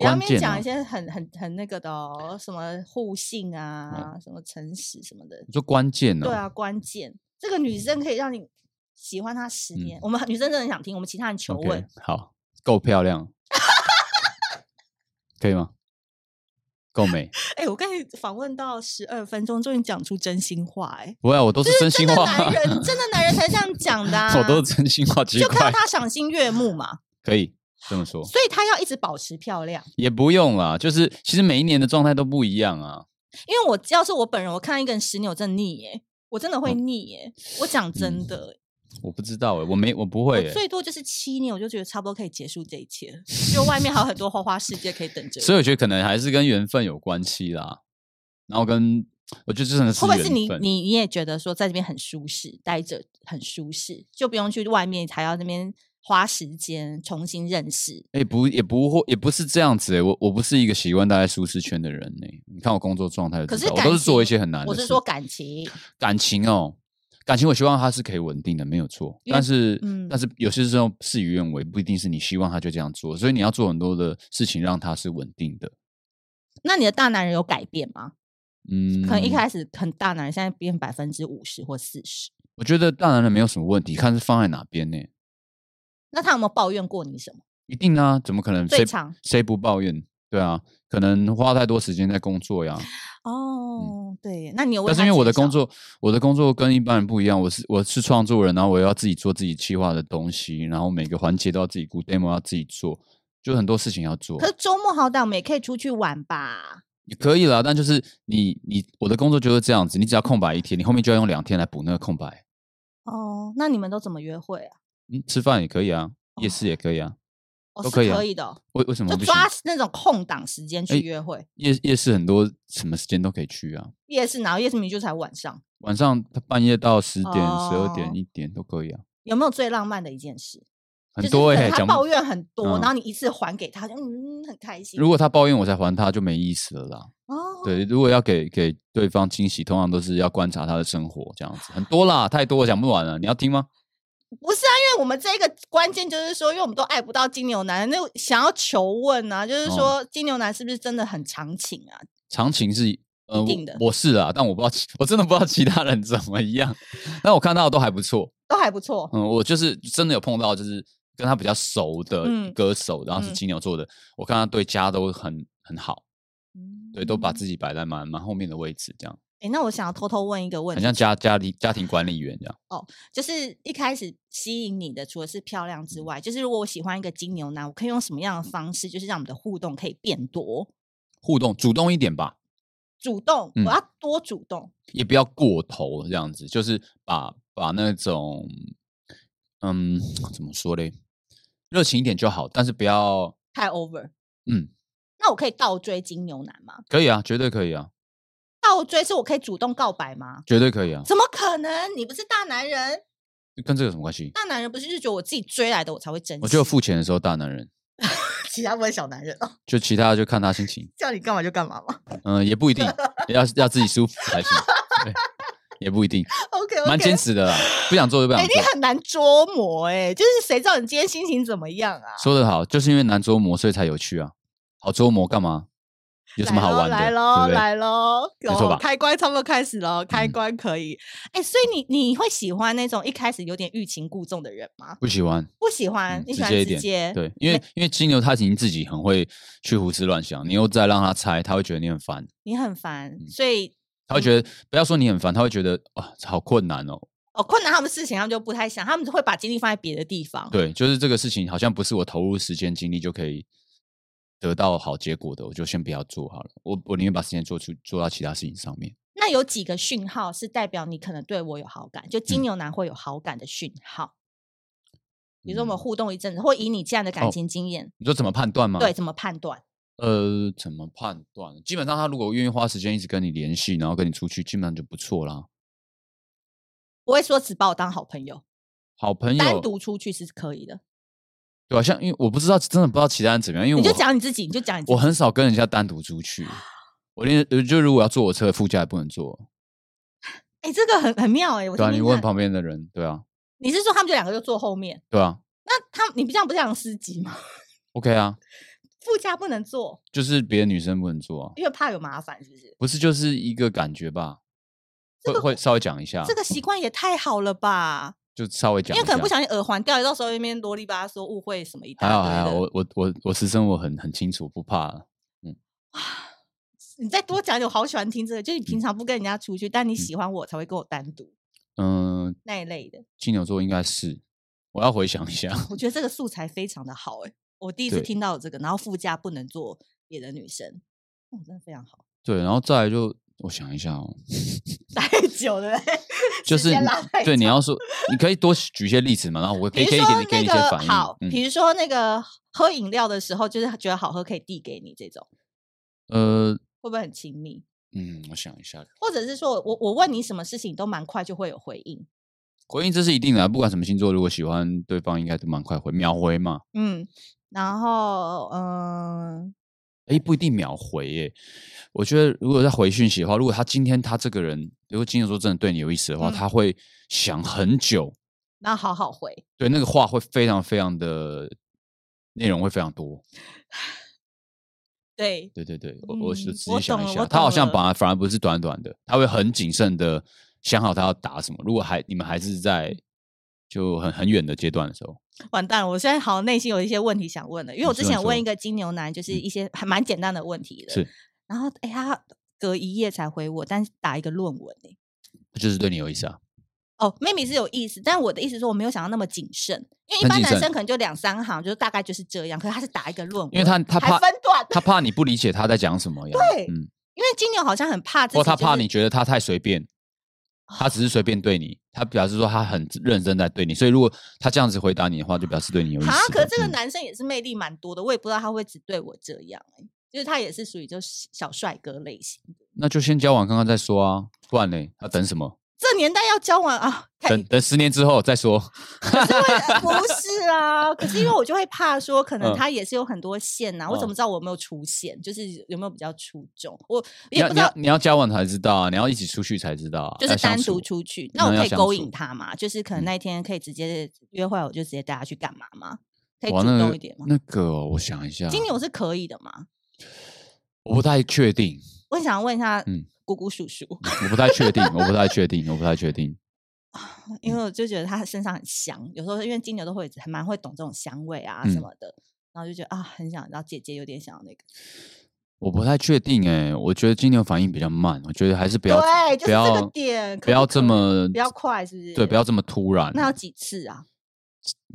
[SPEAKER 1] 要
[SPEAKER 2] 关
[SPEAKER 1] 面
[SPEAKER 2] 键
[SPEAKER 1] 讲一
[SPEAKER 2] 啊
[SPEAKER 1] 些很很很那个的哦，什么互信啊，
[SPEAKER 2] 嗯
[SPEAKER 1] 什么诚实什么的。
[SPEAKER 2] 你说关键哦呢、
[SPEAKER 1] 对啊，关键这个女生可以让你喜欢她
[SPEAKER 2] 嗯
[SPEAKER 1] 十年。我们女生真的很想听，我们其他人求
[SPEAKER 2] o
[SPEAKER 1] 问
[SPEAKER 2] k 好，够漂亮，可以吗？够美，
[SPEAKER 1] 哎、我刚才访问到十二分钟，终于讲出真心话、哎，
[SPEAKER 2] 不会、啊，我都是真心
[SPEAKER 1] 真的
[SPEAKER 2] 话，。
[SPEAKER 1] 男人，真的男人才这样讲的、啊
[SPEAKER 2] 我都是真心话，奇
[SPEAKER 1] 就看到
[SPEAKER 2] 怪，
[SPEAKER 1] 她赏心悦目 嘛，
[SPEAKER 2] 可以这么说。
[SPEAKER 1] 所以她要一直保持漂亮。
[SPEAKER 2] 也不用啦，就是其实每一年的状态都不一样啊。
[SPEAKER 1] 因为我要是我本人，我看到一个人十年，我真的腻耶、我真的会腻耶、我讲真
[SPEAKER 2] 嗯
[SPEAKER 1] 的、
[SPEAKER 2] 我不知道哎、我没我不会
[SPEAKER 1] 我
[SPEAKER 2] 哎、
[SPEAKER 1] 最多就是七年，我就觉得差不多可以结束这一切了，就外面还有很多花花世界可以等着我。
[SPEAKER 2] 所以我觉得可能还是跟缘分有关系啦。然后跟我觉得这真的是
[SPEAKER 1] 会不会是你
[SPEAKER 2] 缘分
[SPEAKER 1] 你你也觉得说在这边很舒适，待着很舒适，就不用去外面还要那边花时间重新认识？
[SPEAKER 2] 哎、不也不会也不是这样子哎、我我不是一个习惯待在舒适圈的人哎、你看我工作状态就
[SPEAKER 1] 可
[SPEAKER 2] 知
[SPEAKER 1] 是
[SPEAKER 2] 道，我
[SPEAKER 1] 感
[SPEAKER 2] 啊都是做一
[SPEAKER 1] 情
[SPEAKER 2] 些很难的
[SPEAKER 1] 我
[SPEAKER 2] 事。
[SPEAKER 1] 是说感 情，
[SPEAKER 2] 感情哦，感情我希望它是可以稳定的，没有错。
[SPEAKER 1] 因为
[SPEAKER 2] 但是、
[SPEAKER 1] 嗯
[SPEAKER 2] 但是有些时候事与愿违，不一定是你希望它就这样做，所以你要做很多的事情让它是稳定的。
[SPEAKER 1] 那你的大男人有改变吗？
[SPEAKER 2] 嗯，
[SPEAKER 1] 可能一开始很大男人，现在变百分之五十或四十。
[SPEAKER 2] 我觉得大男人没有什么问题，看是放在哪边呢、
[SPEAKER 1] 那他有没有抱怨过你什么？
[SPEAKER 2] 一定啊，怎么可能谁
[SPEAKER 1] 最长
[SPEAKER 2] 谁不抱怨？对啊，可能花太多时间在工作呀。
[SPEAKER 1] 哦，对耶，那你有为
[SPEAKER 2] 嗯但是
[SPEAKER 1] 他
[SPEAKER 2] 因为我
[SPEAKER 1] 介
[SPEAKER 2] 的工
[SPEAKER 1] 绍
[SPEAKER 2] 作，我的工作跟一般人不一样，我是我是创作人，然后我要自己做自己企划的东西，然后每个环节都要自己估 demo 要自己做，就很多事情要做
[SPEAKER 1] 可。是周末好歹我们也可以出去玩吧？
[SPEAKER 2] 也可以啦，但就是你你我的工作就是这样子，你只要空白一天，你后面就要用两天来补那个空白。
[SPEAKER 1] 哦，那你们都怎么约会啊？
[SPEAKER 2] 嗯，吃饭也可以啊，夜市也可以啊。
[SPEAKER 1] 哦，
[SPEAKER 2] 都
[SPEAKER 1] 是
[SPEAKER 2] 可以啊
[SPEAKER 1] 可以的哦、
[SPEAKER 2] 为为什么
[SPEAKER 1] 就
[SPEAKER 2] 不行？
[SPEAKER 1] 抓那种空档时间去
[SPEAKER 2] 哎
[SPEAKER 1] 约会。
[SPEAKER 2] 夜夜市很多什么时间都可以去啊，
[SPEAKER 1] 夜市，然后夜市明明就才晚上，
[SPEAKER 2] 晚上他半夜到十点、十二
[SPEAKER 1] 哦
[SPEAKER 2] 点、一点都可以啊，
[SPEAKER 1] 有没有最浪漫的一件事？
[SPEAKER 2] 很多
[SPEAKER 1] 就
[SPEAKER 2] 哎、
[SPEAKER 1] 是可能
[SPEAKER 2] 欸，
[SPEAKER 1] 他
[SPEAKER 2] 讲
[SPEAKER 1] 抱
[SPEAKER 2] 不。
[SPEAKER 1] 怨很多，
[SPEAKER 2] 嗯
[SPEAKER 1] 然后你一次还给他，就嗯很开心。
[SPEAKER 2] 如果他抱怨我才还他就没意思了啦。
[SPEAKER 1] 哦，
[SPEAKER 2] 对，如果要给给对方惊喜，通常都是要观察他的生活这样子，很多啦，太多了讲不完了。你要听吗？
[SPEAKER 1] 不是啊，因为我们这个关键就是说，因为我们都爱不到金牛男，那想要求问啊，
[SPEAKER 2] 嗯
[SPEAKER 1] 就是说金牛男是不是真的很长情啊？
[SPEAKER 2] 长情是。呃，
[SPEAKER 1] 一
[SPEAKER 2] 我
[SPEAKER 1] 定的
[SPEAKER 2] 我是啊，但我不知道其，我 真的不知道其他人怎么样。但我看到的都还不错，
[SPEAKER 1] 都还不错，
[SPEAKER 2] 嗯，我就是真的有碰到，就是跟他比较熟
[SPEAKER 1] 嗯
[SPEAKER 2] 的歌手，然后是
[SPEAKER 1] 嗯
[SPEAKER 2] 金牛座的，我看他对家都很很好，嗯对，都把
[SPEAKER 1] 己。
[SPEAKER 2] 自己摆在蛮蛮后面的位置，这样，
[SPEAKER 1] 哎、那我想要偷偷问一个问
[SPEAKER 2] 很
[SPEAKER 1] 题
[SPEAKER 2] 像，家家里家庭管理员这样。
[SPEAKER 1] 就是一开始吸引你的，除了是漂亮
[SPEAKER 2] 嗯
[SPEAKER 1] 之外，就是如果我喜欢一个金牛男，我可以用什么样的方式，就是让我们的互动可以变多？
[SPEAKER 2] 互动主动一点吧，
[SPEAKER 1] 主动，
[SPEAKER 2] 嗯
[SPEAKER 1] 我要多主动。
[SPEAKER 2] 也不要过头这样子，就是把把那种，嗯，怎么说嘞，热情一点就好，但是不要，
[SPEAKER 1] 太 over。
[SPEAKER 2] 嗯，
[SPEAKER 1] 那我可以倒追金牛男吗？
[SPEAKER 2] 可以啊，绝对可以啊，
[SPEAKER 1] 倒追是我可以主动告白吗？
[SPEAKER 2] 绝对可以啊，
[SPEAKER 1] 怎么可能？你不是大男人，
[SPEAKER 2] 跟这个有什么关系？
[SPEAKER 1] 大男人不是就觉得我自己追来的我才会珍惜，
[SPEAKER 2] 我就付钱的时候大男人，
[SPEAKER 1] 其他不是小男人哦，
[SPEAKER 2] 就其他的就看他心情。
[SPEAKER 1] 叫你干嘛就干嘛嘛。
[SPEAKER 2] 嗯，也不一定，要要自己舒服才行。对，也不一定，
[SPEAKER 1] OK OK，
[SPEAKER 2] 蛮坚持的啦，啊不想做就不
[SPEAKER 1] 哎、
[SPEAKER 2] 想
[SPEAKER 1] 你
[SPEAKER 2] 做。
[SPEAKER 1] 很难捉摸哎、就是谁知道你今天心情怎么样啊？
[SPEAKER 2] 说得好，就是因为难捉摸，所以才有趣啊。好捉摸干嘛？有什么好玩的？
[SPEAKER 1] 来喽，
[SPEAKER 2] 对不对？
[SPEAKER 1] 来喽，
[SPEAKER 2] 没错吧
[SPEAKER 1] 有开关差不多开始了，开
[SPEAKER 2] 嗯
[SPEAKER 1] 关可以。哎、所以你你会喜欢那种一开始有点欲擒故纵的人吗？
[SPEAKER 2] 不喜欢，
[SPEAKER 1] 不喜欢，
[SPEAKER 2] 嗯
[SPEAKER 1] 你
[SPEAKER 2] 直
[SPEAKER 1] 喜欢
[SPEAKER 2] 接一
[SPEAKER 1] 直
[SPEAKER 2] 点
[SPEAKER 1] 接。
[SPEAKER 2] 对，因为因为金牛他已经自己很会去胡思乱想，你又再让他猜，他会觉得你很烦，
[SPEAKER 1] 你很烦，
[SPEAKER 2] 嗯
[SPEAKER 1] 所以
[SPEAKER 2] 他会
[SPEAKER 1] 嗯
[SPEAKER 2] 觉得不要说你很烦，他会觉得哇好困难哦。
[SPEAKER 1] 哦，困难他们事情他们就不太想，他们会把精力放在别的地方。
[SPEAKER 2] 对，就是这个事情好像不是我投入时间精力就可以得到好结果的，我就先不要做好了。我我宁愿把时间做出做到其他事情上面。
[SPEAKER 1] 那有几个讯号是代表你可能对我有好感，就金
[SPEAKER 2] 嗯
[SPEAKER 1] 牛男会有好感的讯号。比如说我
[SPEAKER 2] 嗯
[SPEAKER 1] 们互动一阵子，或以你这样的感
[SPEAKER 2] 哦啊
[SPEAKER 1] 情经验，
[SPEAKER 2] 你说怎么判断吗？
[SPEAKER 1] 对，怎么判断？
[SPEAKER 2] 呃，怎么判断？基本上他如果愿意花时间一直跟你联系，然后跟你出去，基本上就不错啦。
[SPEAKER 1] 不会说只把我当好朋友，
[SPEAKER 2] 好朋
[SPEAKER 1] 单
[SPEAKER 2] 友
[SPEAKER 1] 独出去是可以的。
[SPEAKER 2] 对吧、啊像因为我不知道，真的不知道其他人怎么样，因为
[SPEAKER 1] 你
[SPEAKER 2] 我
[SPEAKER 1] 就讲你自己，你就讲你自己。
[SPEAKER 2] 我很少跟人家单独出去，我连呃就如果要坐我车，副驾也不能坐，
[SPEAKER 1] 哎、这个很很妙哎、我
[SPEAKER 2] 对啊，
[SPEAKER 1] 听
[SPEAKER 2] 你
[SPEAKER 1] 听
[SPEAKER 2] 问
[SPEAKER 1] 看
[SPEAKER 2] 旁边的人，对啊，
[SPEAKER 1] 你是说他们就两个就坐后面？
[SPEAKER 2] 对啊
[SPEAKER 1] 那他你不这样不是像司机吗？
[SPEAKER 2] ，OK 啊，
[SPEAKER 1] 副驾不能坐，
[SPEAKER 2] 就是别的女生不能坐啊，
[SPEAKER 1] 因为怕有麻烦，是不是？
[SPEAKER 2] 不是就是一个感觉吧？
[SPEAKER 1] 这个
[SPEAKER 2] 会会稍微讲一下，
[SPEAKER 1] 这个习惯也太好了吧？
[SPEAKER 2] 就稍微
[SPEAKER 1] 因
[SPEAKER 2] 讲
[SPEAKER 1] 为
[SPEAKER 2] 一下，
[SPEAKER 1] 可能不小心耳环掉了，到时候那边啰里吧嗦误会什么一大
[SPEAKER 2] 还
[SPEAKER 1] 堆
[SPEAKER 2] 好还好，
[SPEAKER 1] 的
[SPEAKER 2] 我我我我私生活很很清楚，不怕了。
[SPEAKER 1] 你再多讲一点，我好喜欢听这个。就你平常不跟人家出去，但你喜欢我才会跟我单独
[SPEAKER 2] 嗯、
[SPEAKER 1] 那一类的。
[SPEAKER 2] 金牛座应该是，我要回想一下。
[SPEAKER 1] 我觉得这个素材非常的好哎、我第一次
[SPEAKER 2] 对
[SPEAKER 1] 听到有这个，然后副驾不能做别的女生，哦，真的非常好。
[SPEAKER 2] 对，然后再来就我想一下哦，
[SPEAKER 1] 太久了，
[SPEAKER 2] 就
[SPEAKER 1] 时
[SPEAKER 2] 是
[SPEAKER 1] 间
[SPEAKER 2] 你
[SPEAKER 1] 拉太
[SPEAKER 2] 对你
[SPEAKER 1] 长
[SPEAKER 2] 要说，你可以多举一些例子嘛，然后我可
[SPEAKER 1] 比
[SPEAKER 2] 以
[SPEAKER 1] 如
[SPEAKER 2] 可以
[SPEAKER 1] 说
[SPEAKER 2] 给你给
[SPEAKER 1] 那
[SPEAKER 2] 你一些
[SPEAKER 1] 个
[SPEAKER 2] 反应。
[SPEAKER 1] 好，
[SPEAKER 2] 嗯
[SPEAKER 1] 比如说那个喝饮料的时候，就是觉得好喝可以递给你这种，
[SPEAKER 2] 呃
[SPEAKER 1] 会不会很亲密？
[SPEAKER 2] 嗯，我想一下，
[SPEAKER 1] 或者是说我我问你什么事情，你都蛮快就会有回应。
[SPEAKER 2] 回应这是一定的、啊，不管什么星座，如果喜欢对方，应该都蛮快回秒回嘛。
[SPEAKER 1] 嗯，然后嗯，
[SPEAKER 2] 诶，不一定秒回耶。我觉得如果在回讯息的话，如果他今天他这个人，如果金牛座真的对你有意思的话，
[SPEAKER 1] 嗯
[SPEAKER 2] 他会想很久，
[SPEAKER 1] 然后好好回，
[SPEAKER 2] 对那个话会非常非常的内容会非常多。
[SPEAKER 1] 对，
[SPEAKER 2] 对对对，我我
[SPEAKER 1] 嗯
[SPEAKER 2] 就仔
[SPEAKER 1] 我
[SPEAKER 2] 细想
[SPEAKER 1] 懂
[SPEAKER 2] 一
[SPEAKER 1] 了
[SPEAKER 2] 下
[SPEAKER 1] 我，
[SPEAKER 2] 他好
[SPEAKER 1] 懂
[SPEAKER 2] 像
[SPEAKER 1] 了
[SPEAKER 2] 反而反而不是短短的，他会很谨慎的想好他要答什么。如果还你们还是在就很很远的阶段的时候，
[SPEAKER 1] 完蛋了！我现在好内心有一些问题想问了，因为我之
[SPEAKER 2] 你说
[SPEAKER 1] 前
[SPEAKER 2] 你
[SPEAKER 1] 问
[SPEAKER 2] 说
[SPEAKER 1] 一个金牛男，就是
[SPEAKER 2] 嗯
[SPEAKER 1] 一些还蛮简单的问题的，
[SPEAKER 2] 是
[SPEAKER 1] 然后哎、他隔一夜才回我，但是打一个论文哎、
[SPEAKER 2] 就是对你有意思啊。
[SPEAKER 1] 哦，maybe 是有意思，但我的意思是我没有想到那么谨慎，因为一
[SPEAKER 2] 很
[SPEAKER 1] 般
[SPEAKER 2] 谨
[SPEAKER 1] 男
[SPEAKER 2] 慎
[SPEAKER 1] 生可能就两三行，就是大概就是这样。可是他是打一个论文，
[SPEAKER 2] 因为他他
[SPEAKER 1] 还
[SPEAKER 2] 怕
[SPEAKER 1] 分段，
[SPEAKER 2] 他怕你不理解他在讲什么呀。
[SPEAKER 1] 对
[SPEAKER 2] 嗯，
[SPEAKER 1] 因为金牛好像很怕自己、
[SPEAKER 2] 或
[SPEAKER 1] 就是，啊
[SPEAKER 2] 他怕你觉得他太随便，他只是随便对你，他表示说他很认真在对你，所以如果他这样子回答你的话，就表示对你有意思
[SPEAKER 1] 啊
[SPEAKER 2] 了。。
[SPEAKER 1] 可是这个
[SPEAKER 2] 嗯
[SPEAKER 1] 男生也是魅力蛮多的，我也不知道他会只对我这样、欸，就是他也是属于就是小帅哥类型。
[SPEAKER 2] 那就先交往看看再说啊，不然呢？要等什么？
[SPEAKER 1] 这年代要交往啊，太
[SPEAKER 2] 等等十年之后再说。
[SPEAKER 1] 可是会不是啊？可是因为我就会怕说， 可能
[SPEAKER 2] 嗯
[SPEAKER 1] 他也是有很多线呐、我怎
[SPEAKER 2] 嗯
[SPEAKER 1] 么知道我有没有出现？就是有没有比较出众？我
[SPEAKER 2] 你
[SPEAKER 1] 也
[SPEAKER 2] 要
[SPEAKER 1] 不知
[SPEAKER 2] 你
[SPEAKER 1] 道
[SPEAKER 2] 要你要交往才知道啊，你要一起出去才知道啊。
[SPEAKER 1] 就是
[SPEAKER 2] 要相
[SPEAKER 1] 单独
[SPEAKER 2] 处
[SPEAKER 1] 出去，那我
[SPEAKER 2] 嗯要
[SPEAKER 1] 可以
[SPEAKER 2] 相
[SPEAKER 1] 勾
[SPEAKER 2] 处
[SPEAKER 1] 引他嘛？就是可能
[SPEAKER 2] 嗯
[SPEAKER 1] 那一天可以直接约会，我就直接带他去干嘛嘛？可以主
[SPEAKER 2] 哇那
[SPEAKER 1] 动
[SPEAKER 2] 个
[SPEAKER 1] 一点吗？
[SPEAKER 2] 那个哦，我想一下，
[SPEAKER 1] 金牛是可以的嘛？
[SPEAKER 2] 我不太 确定，
[SPEAKER 1] 我想问一下
[SPEAKER 2] 嗯，
[SPEAKER 1] 姑姑叔叔，
[SPEAKER 2] 我不太确定，我不太确定，我不太确定。
[SPEAKER 1] 因
[SPEAKER 2] 嗯
[SPEAKER 1] 为我就觉得他身上很香，有时候因为金牛都会还蛮会懂这种香味啊什
[SPEAKER 2] 嗯
[SPEAKER 1] 么的，然后就觉得啊，很想，然后姐姐有点想要那个，
[SPEAKER 2] 我不太确定哎、我觉得金牛反应比较慢，我觉得还是不要
[SPEAKER 1] 对，就是这
[SPEAKER 2] 不
[SPEAKER 1] 个
[SPEAKER 2] 要
[SPEAKER 1] 点，可
[SPEAKER 2] 不要
[SPEAKER 1] 可
[SPEAKER 2] 这
[SPEAKER 1] 以
[SPEAKER 2] 么
[SPEAKER 1] 不要快，是不是？
[SPEAKER 2] 对，不要这么突然。
[SPEAKER 1] 那要几次啊？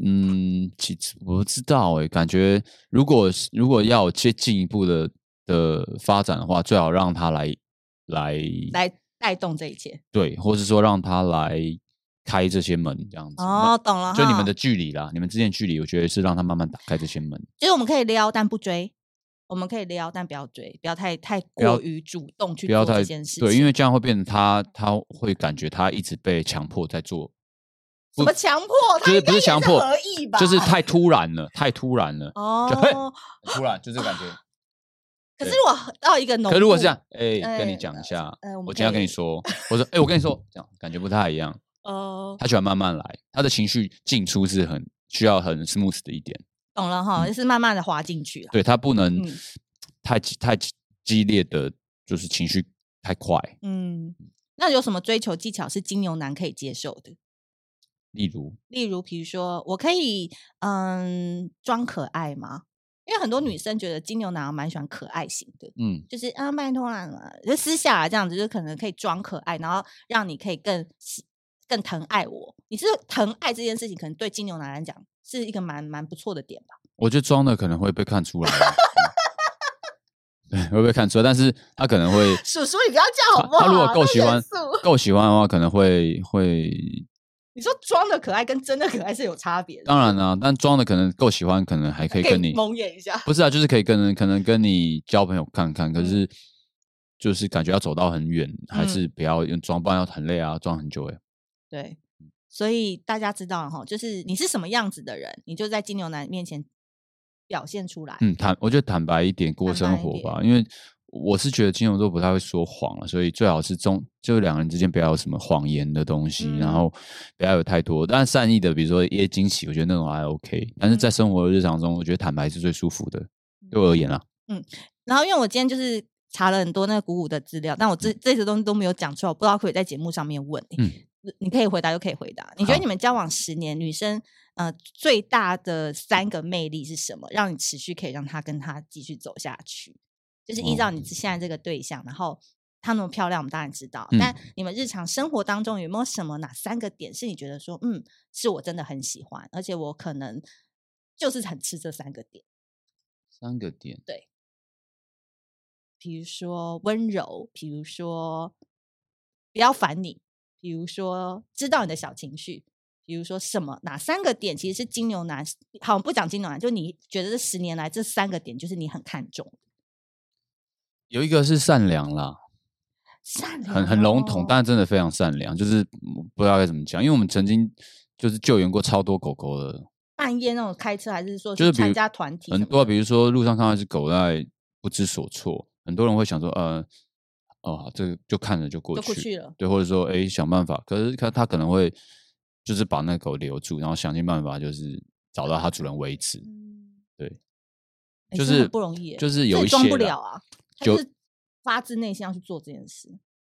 [SPEAKER 2] 嗯，其实我不知道哎、感觉如果是如果要有接进一步的的发展的话，最好让他来来
[SPEAKER 1] 来带动这一切。
[SPEAKER 2] 对，或是说让他来开这些门这样子。那
[SPEAKER 1] 哦，懂了哈，
[SPEAKER 2] 就你们的距离啦，你们之间的距离，我觉得是让他慢慢打开这些门。
[SPEAKER 1] 就是我们可以撩，但不追。我们可以撩，但不要追，不要太太
[SPEAKER 2] 要
[SPEAKER 1] 过于主动去
[SPEAKER 2] 不要
[SPEAKER 1] 做
[SPEAKER 2] 太
[SPEAKER 1] 这件事情。
[SPEAKER 2] 对，因为这样会变成他，他会感觉他一直被强迫在做，
[SPEAKER 1] 什
[SPEAKER 2] 不
[SPEAKER 1] 么强迫，他
[SPEAKER 2] 就是
[SPEAKER 1] 应该
[SPEAKER 2] 不是
[SPEAKER 1] 也
[SPEAKER 2] 强迫
[SPEAKER 1] 合意吧？
[SPEAKER 2] 就是太突然了，太突 然了，就嘿
[SPEAKER 1] 哦。
[SPEAKER 2] 很突然就这个感觉。
[SPEAKER 1] 啊可是
[SPEAKER 2] 对
[SPEAKER 1] 我到一个浓度，
[SPEAKER 2] 可如果是这样，哎，跟
[SPEAKER 1] 哎
[SPEAKER 2] 你讲一下
[SPEAKER 1] 呃我，们
[SPEAKER 2] 我今天要
[SPEAKER 1] 可
[SPEAKER 2] 跟
[SPEAKER 1] 以
[SPEAKER 2] 你说，我说，哎，我跟你说，这样感觉不太一样。
[SPEAKER 1] 哦，
[SPEAKER 2] 他喜欢慢慢来，他的情绪进出是很需要很 smooth 的一点，
[SPEAKER 1] 懂了哈，
[SPEAKER 2] 嗯
[SPEAKER 1] 就是慢慢的滑进去了。
[SPEAKER 2] 对他不能
[SPEAKER 1] 嗯
[SPEAKER 2] 太激太激激烈的，就是情绪太快。
[SPEAKER 1] 嗯，那有什么追求技巧是金牛男可以接受的？
[SPEAKER 2] 例如，
[SPEAKER 1] 例如，比如说，我可以嗯装可爱吗？因为很多女生觉得金牛男蛮喜欢可爱型的，
[SPEAKER 2] 嗯，
[SPEAKER 1] 就是啊，拜托啦，就私下啊这样子，就可能可以装可爱，然后让你可以更喜更疼爱我。你是疼爱这件事情，可能对金牛男来讲是一个蛮蛮不错的点吧。
[SPEAKER 2] 我觉得装的可能会被看出来啊。嗯对， 会被看出来，但是他可能会
[SPEAKER 1] 叔叔，你不要这样好不好？啊
[SPEAKER 2] 他他如果够
[SPEAKER 1] 那
[SPEAKER 2] 喜
[SPEAKER 1] 严
[SPEAKER 2] 欢
[SPEAKER 1] 肃
[SPEAKER 2] 够喜欢的话，可能会会，
[SPEAKER 1] 你说装的可爱跟真的可爱是有差别的，
[SPEAKER 2] 当然啦、但装的可能够喜欢，可能还可以跟你
[SPEAKER 1] 蒙眼一下。
[SPEAKER 2] 不是啊，就是可以跟人可能跟你交朋友看看，可是就是感觉要走到很远，还
[SPEAKER 1] 嗯
[SPEAKER 2] 是不要用装扮要很累啊，装很久哎、
[SPEAKER 1] 对，
[SPEAKER 2] 嗯
[SPEAKER 1] 所以大家知道了哈，就是你是什么样子的人，你就在金牛男面前表现出来。
[SPEAKER 2] 嗯，坦我觉得坦白一点
[SPEAKER 1] 坦
[SPEAKER 2] 过
[SPEAKER 1] 白
[SPEAKER 2] 生
[SPEAKER 1] 一
[SPEAKER 2] 活
[SPEAKER 1] 点
[SPEAKER 2] 吧，因为我是觉得金牛座不太会说谎了，所以最好是中就两个人之间不要有什么谎言的东西，然
[SPEAKER 1] 嗯
[SPEAKER 2] 后不要有太多，但善意的，比如说一些惊喜，我觉得那种还 OK，但是在
[SPEAKER 1] 嗯
[SPEAKER 2] 生活的日常中，我觉得坦白是最舒服的，对我而言啦，
[SPEAKER 1] 然后因为我今天就是查了很多那个鼓舞的资料，但我这这些东西都没有讲出来，我不知道可不可以在节目上面问你。
[SPEAKER 2] 嗯
[SPEAKER 1] 你可以回答就可以回答。你觉得
[SPEAKER 2] 好
[SPEAKER 1] 你们交往十年，女生呃最大的三个魅力是什么，让你持续可以让她跟她继续走下去？就是依照
[SPEAKER 2] 哦嗯
[SPEAKER 1] 你现在这个对象，然后她那么漂亮，我们当然知道。但
[SPEAKER 2] 嗯
[SPEAKER 1] 你们日常生活当中有没有什么哪三个点是你觉得说，嗯，是我真的很喜欢，而且我可能就是很吃这三个点？
[SPEAKER 2] 三个点。
[SPEAKER 1] 比如说温柔，比如说不要烦你，比如说知道你的小情绪，比如说什么哪三个点其实是金牛男，好不讲金牛男，就你觉得这十年来这三个点就是你很看重的，
[SPEAKER 2] 有一个是善良啦，
[SPEAKER 1] 善良
[SPEAKER 2] 很很笼统
[SPEAKER 1] 哦，
[SPEAKER 2] 但真的非常善良，就是嗯不知道该怎么讲，因为我们曾经就是救援过超多狗狗的，
[SPEAKER 1] 半夜那种开车还是说
[SPEAKER 2] 就
[SPEAKER 1] 去
[SPEAKER 2] 是比
[SPEAKER 1] 参
[SPEAKER 2] 如
[SPEAKER 1] 加团体
[SPEAKER 2] 很
[SPEAKER 1] 什么
[SPEAKER 2] 多啊，
[SPEAKER 1] 的
[SPEAKER 2] 比如说路上看到一只狗在不知所措，很多人会想说，呃，哦，这个就看着就过
[SPEAKER 1] 就
[SPEAKER 2] 去，
[SPEAKER 1] 过去了，
[SPEAKER 2] 对，或者说，哎，想办法，可是他他可能会就是把那狗留住，然后想尽办法就是找到它主人为止，
[SPEAKER 1] 嗯，
[SPEAKER 2] 对
[SPEAKER 1] 哎，
[SPEAKER 2] 就
[SPEAKER 1] 真的
[SPEAKER 2] 是
[SPEAKER 1] 很不容易耶，
[SPEAKER 2] 就是
[SPEAKER 1] 这
[SPEAKER 2] 有
[SPEAKER 1] 也
[SPEAKER 2] 一
[SPEAKER 1] 装
[SPEAKER 2] 些
[SPEAKER 1] 不
[SPEAKER 2] 啦
[SPEAKER 1] 了啊，他
[SPEAKER 2] 有
[SPEAKER 1] 就是发自内心要去做这件事，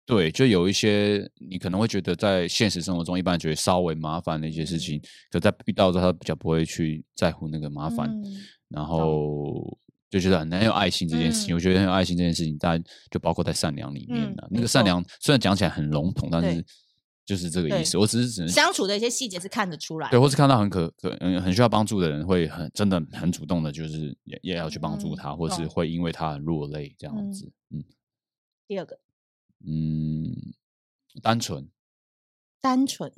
[SPEAKER 2] 对，就有一些你可能会觉得在现实生活中一般觉得稍微麻烦的一些
[SPEAKER 1] 嗯
[SPEAKER 2] 事情，可在遇到之后他比较不会去在乎那个麻烦，
[SPEAKER 1] 嗯
[SPEAKER 2] 然后就觉得很很有爱心这件事情。我觉得很有爱心这件事情，大家就包括在善良里面
[SPEAKER 1] 嗯
[SPEAKER 2] 了、
[SPEAKER 1] 没
[SPEAKER 2] 那个
[SPEAKER 1] 错
[SPEAKER 2] 善良虽然讲起来很笼统，但
[SPEAKER 1] 对
[SPEAKER 2] 是就是这个
[SPEAKER 1] 对
[SPEAKER 2] 意思。我只是只能
[SPEAKER 1] 相处的一些细节是看得出来
[SPEAKER 2] 对，。或是看到很可可嗯很需要帮助的人，会很真的很主动的，就是也也要去帮助
[SPEAKER 1] 嗯
[SPEAKER 2] 他，或是
[SPEAKER 1] 懂
[SPEAKER 2] 会因为他很落泪这样
[SPEAKER 1] 嗯
[SPEAKER 2] 子。嗯
[SPEAKER 1] 第二个，
[SPEAKER 2] 嗯，单纯，
[SPEAKER 1] 单纯，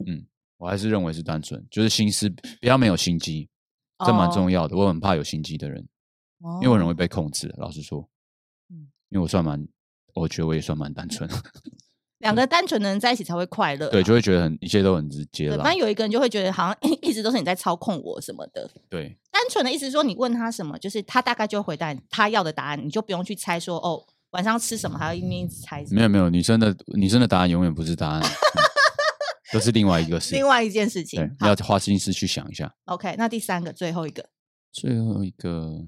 [SPEAKER 2] 我还是认为是单纯，就是心思不要没有心机，这蛮
[SPEAKER 1] 哦
[SPEAKER 2] 重要的。我很怕有心机的人，因为我很容易被控制。老实说，
[SPEAKER 1] 嗯
[SPEAKER 2] 因为我算蛮，我觉得我也算蛮单纯，
[SPEAKER 1] 两个单纯的人在一起才会快乐啊。
[SPEAKER 2] 对，就会觉得很一切都很直接
[SPEAKER 1] 对，不
[SPEAKER 2] 啦
[SPEAKER 1] 然。有一个人就会觉得好像 一直都是你在操控我什么的。
[SPEAKER 2] 对，
[SPEAKER 1] 单纯的意思是说，你问他什么，就是他大概就回答你他要的答案，你就不用去猜说哦晚上吃什么，还要一面一直猜什么。
[SPEAKER 2] 没有没有，女生的女生的答案永远不是答案，嗯 都是另外一个事
[SPEAKER 1] 另。外一件事
[SPEAKER 2] 对
[SPEAKER 1] 情，，好
[SPEAKER 2] 要花心思去想一下。
[SPEAKER 1] ，OK，那第三个，最后一个，
[SPEAKER 2] 最后一个，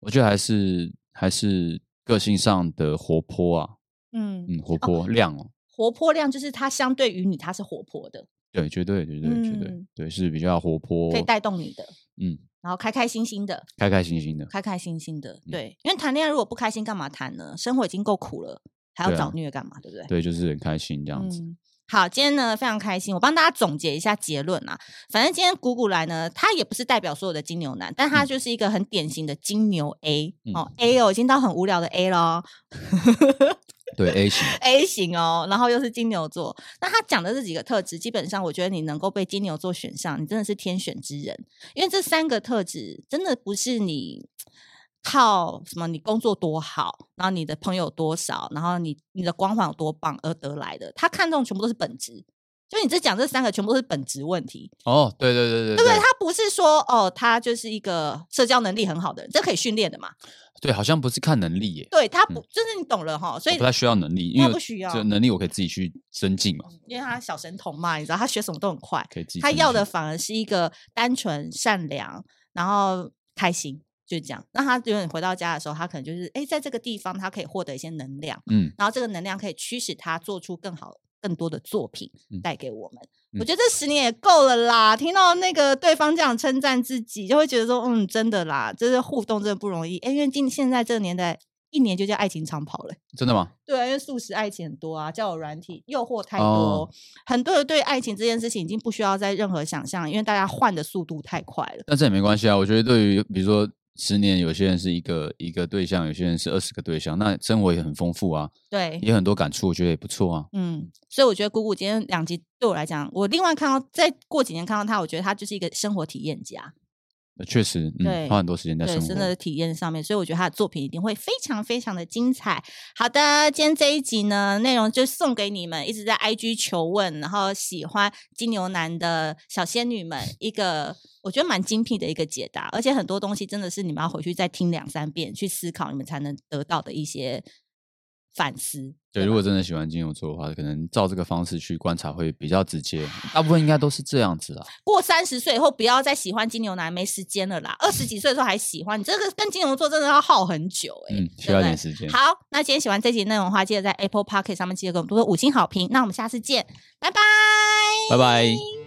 [SPEAKER 2] 我觉得还是还是个性上的活泼啊，
[SPEAKER 1] 嗯，
[SPEAKER 2] 嗯，活泼、亮哦，
[SPEAKER 1] 活泼量就是他相对于你，他是活泼的，
[SPEAKER 2] 对，绝对绝对绝对
[SPEAKER 1] 嗯
[SPEAKER 2] 对，是比较活泼，
[SPEAKER 1] 可以带动你的，
[SPEAKER 2] 嗯，
[SPEAKER 1] 然后开开心心的，
[SPEAKER 2] 开开心心的，
[SPEAKER 1] 开开心心的，
[SPEAKER 2] 嗯
[SPEAKER 1] 对，因为谈恋爱如果不开心，干嘛谈呢？生活已经够苦了，还要
[SPEAKER 2] 对啊
[SPEAKER 1] 找虐干嘛？对不对？
[SPEAKER 2] 对，就是很开心这样子。
[SPEAKER 1] 嗯。好，今天呢非常开心，我帮大家总结一下结论啊。反正今天谷谷来呢，他也不是代表所有的金牛男，但他就是一个很典型的金牛 A、
[SPEAKER 2] 嗯
[SPEAKER 1] 哦，A 哦，已经到很无聊的 A 咯
[SPEAKER 2] 对 A 型，
[SPEAKER 1] a 型哦，然后又是金牛座。那他讲的这几个特质，基本上我觉得你能够被金牛座选上，你真的是天选之人，因为这三个特质真的不是你。靠什么？你工作多好，然后你的朋友多少，然后你你的光环有多棒而得来的。他看重全部都是本质，就你这讲这三个全部都是本质问题，
[SPEAKER 2] 哦，对对对对
[SPEAKER 1] 对不
[SPEAKER 2] 对
[SPEAKER 1] 对？他不是说哦，他就是一个社交能力很好的人，这可以训练的嘛？
[SPEAKER 2] 对，好像不是看能力耶，
[SPEAKER 1] 对他不，就是你懂了哈。所
[SPEAKER 2] 我
[SPEAKER 1] 以
[SPEAKER 2] 嗯哦不太需要能力，因
[SPEAKER 1] 他
[SPEAKER 2] 为
[SPEAKER 1] 不需要
[SPEAKER 2] 这能力我可以自己去增进嘛，
[SPEAKER 1] 因为他小神童嘛，你知道他学什么都很快，
[SPEAKER 2] 可以自己
[SPEAKER 1] 他
[SPEAKER 2] 增
[SPEAKER 1] 要
[SPEAKER 2] 进
[SPEAKER 1] 的反而是一个单纯、善良，然后开心，就这样。那他永远回到家的时候，他可能就是哎，诶在这个地方他可以获得一些能量，
[SPEAKER 2] 嗯，
[SPEAKER 1] 然后这个能量可以驱使他做出更好、更多的作品
[SPEAKER 2] 嗯
[SPEAKER 1] 带给我们。
[SPEAKER 2] 嗯
[SPEAKER 1] 我觉得这十年也够了啦。听到那个对方这样称赞自己，就会觉得说，嗯，真的啦，这是互动真的不容易。哎，因为今现在这个年代，一年就叫爱情长跑了。
[SPEAKER 2] 真的吗？
[SPEAKER 1] 对啊，因为素食爱情很多啊，交友软体诱惑太多，
[SPEAKER 2] 哦
[SPEAKER 1] 很多人对爱情这件事情已经不需要再任何想象，因为大家换的速度太快了。
[SPEAKER 2] 但这也没关系啊，我觉得对于比如说。十年，有些人是一个一个对象，有些人是二十个对象，那生活也很丰富啊，
[SPEAKER 1] 对，
[SPEAKER 2] 也很多感触，我觉得也不错啊。
[SPEAKER 1] 嗯，所以我觉得姑姑今天两集对我来讲，我另外看到再过几年看到她，我觉得她就是一个生活体验家，
[SPEAKER 2] 呃确实，
[SPEAKER 1] 对
[SPEAKER 2] 嗯，花很多时间在
[SPEAKER 1] 对，
[SPEAKER 2] 生活。
[SPEAKER 1] 真的体验上面，所以我觉得她的作品一定会非常非常的精彩。好的，今天这一集呢，内容就送给你们一直在 IG 求问，然后喜欢金牛男的小仙女们一个我觉得蛮精辟的一个解答，而且很多东西真的是你们要回去再听两三遍去思考，你们才能得到的一些反思。
[SPEAKER 2] 对，如果真的喜欢金牛座的话，可能照这个方式去观察会比较直接，大部分应该都是这样子啦。
[SPEAKER 1] 过三十岁以后不要再喜欢金牛男，没时间了啦。二十几岁的时候还喜欢，你这个跟金牛座真的要耗很久哎、
[SPEAKER 2] 嗯，需
[SPEAKER 1] 对
[SPEAKER 2] 要
[SPEAKER 1] 不
[SPEAKER 2] 一
[SPEAKER 1] 对
[SPEAKER 2] 点时间。
[SPEAKER 1] 好，那今天喜欢这集内容的话，记得在 Apple p o c k e t 上面记得给我们多多五星好评。那我们下次见，拜拜。
[SPEAKER 2] 拜拜。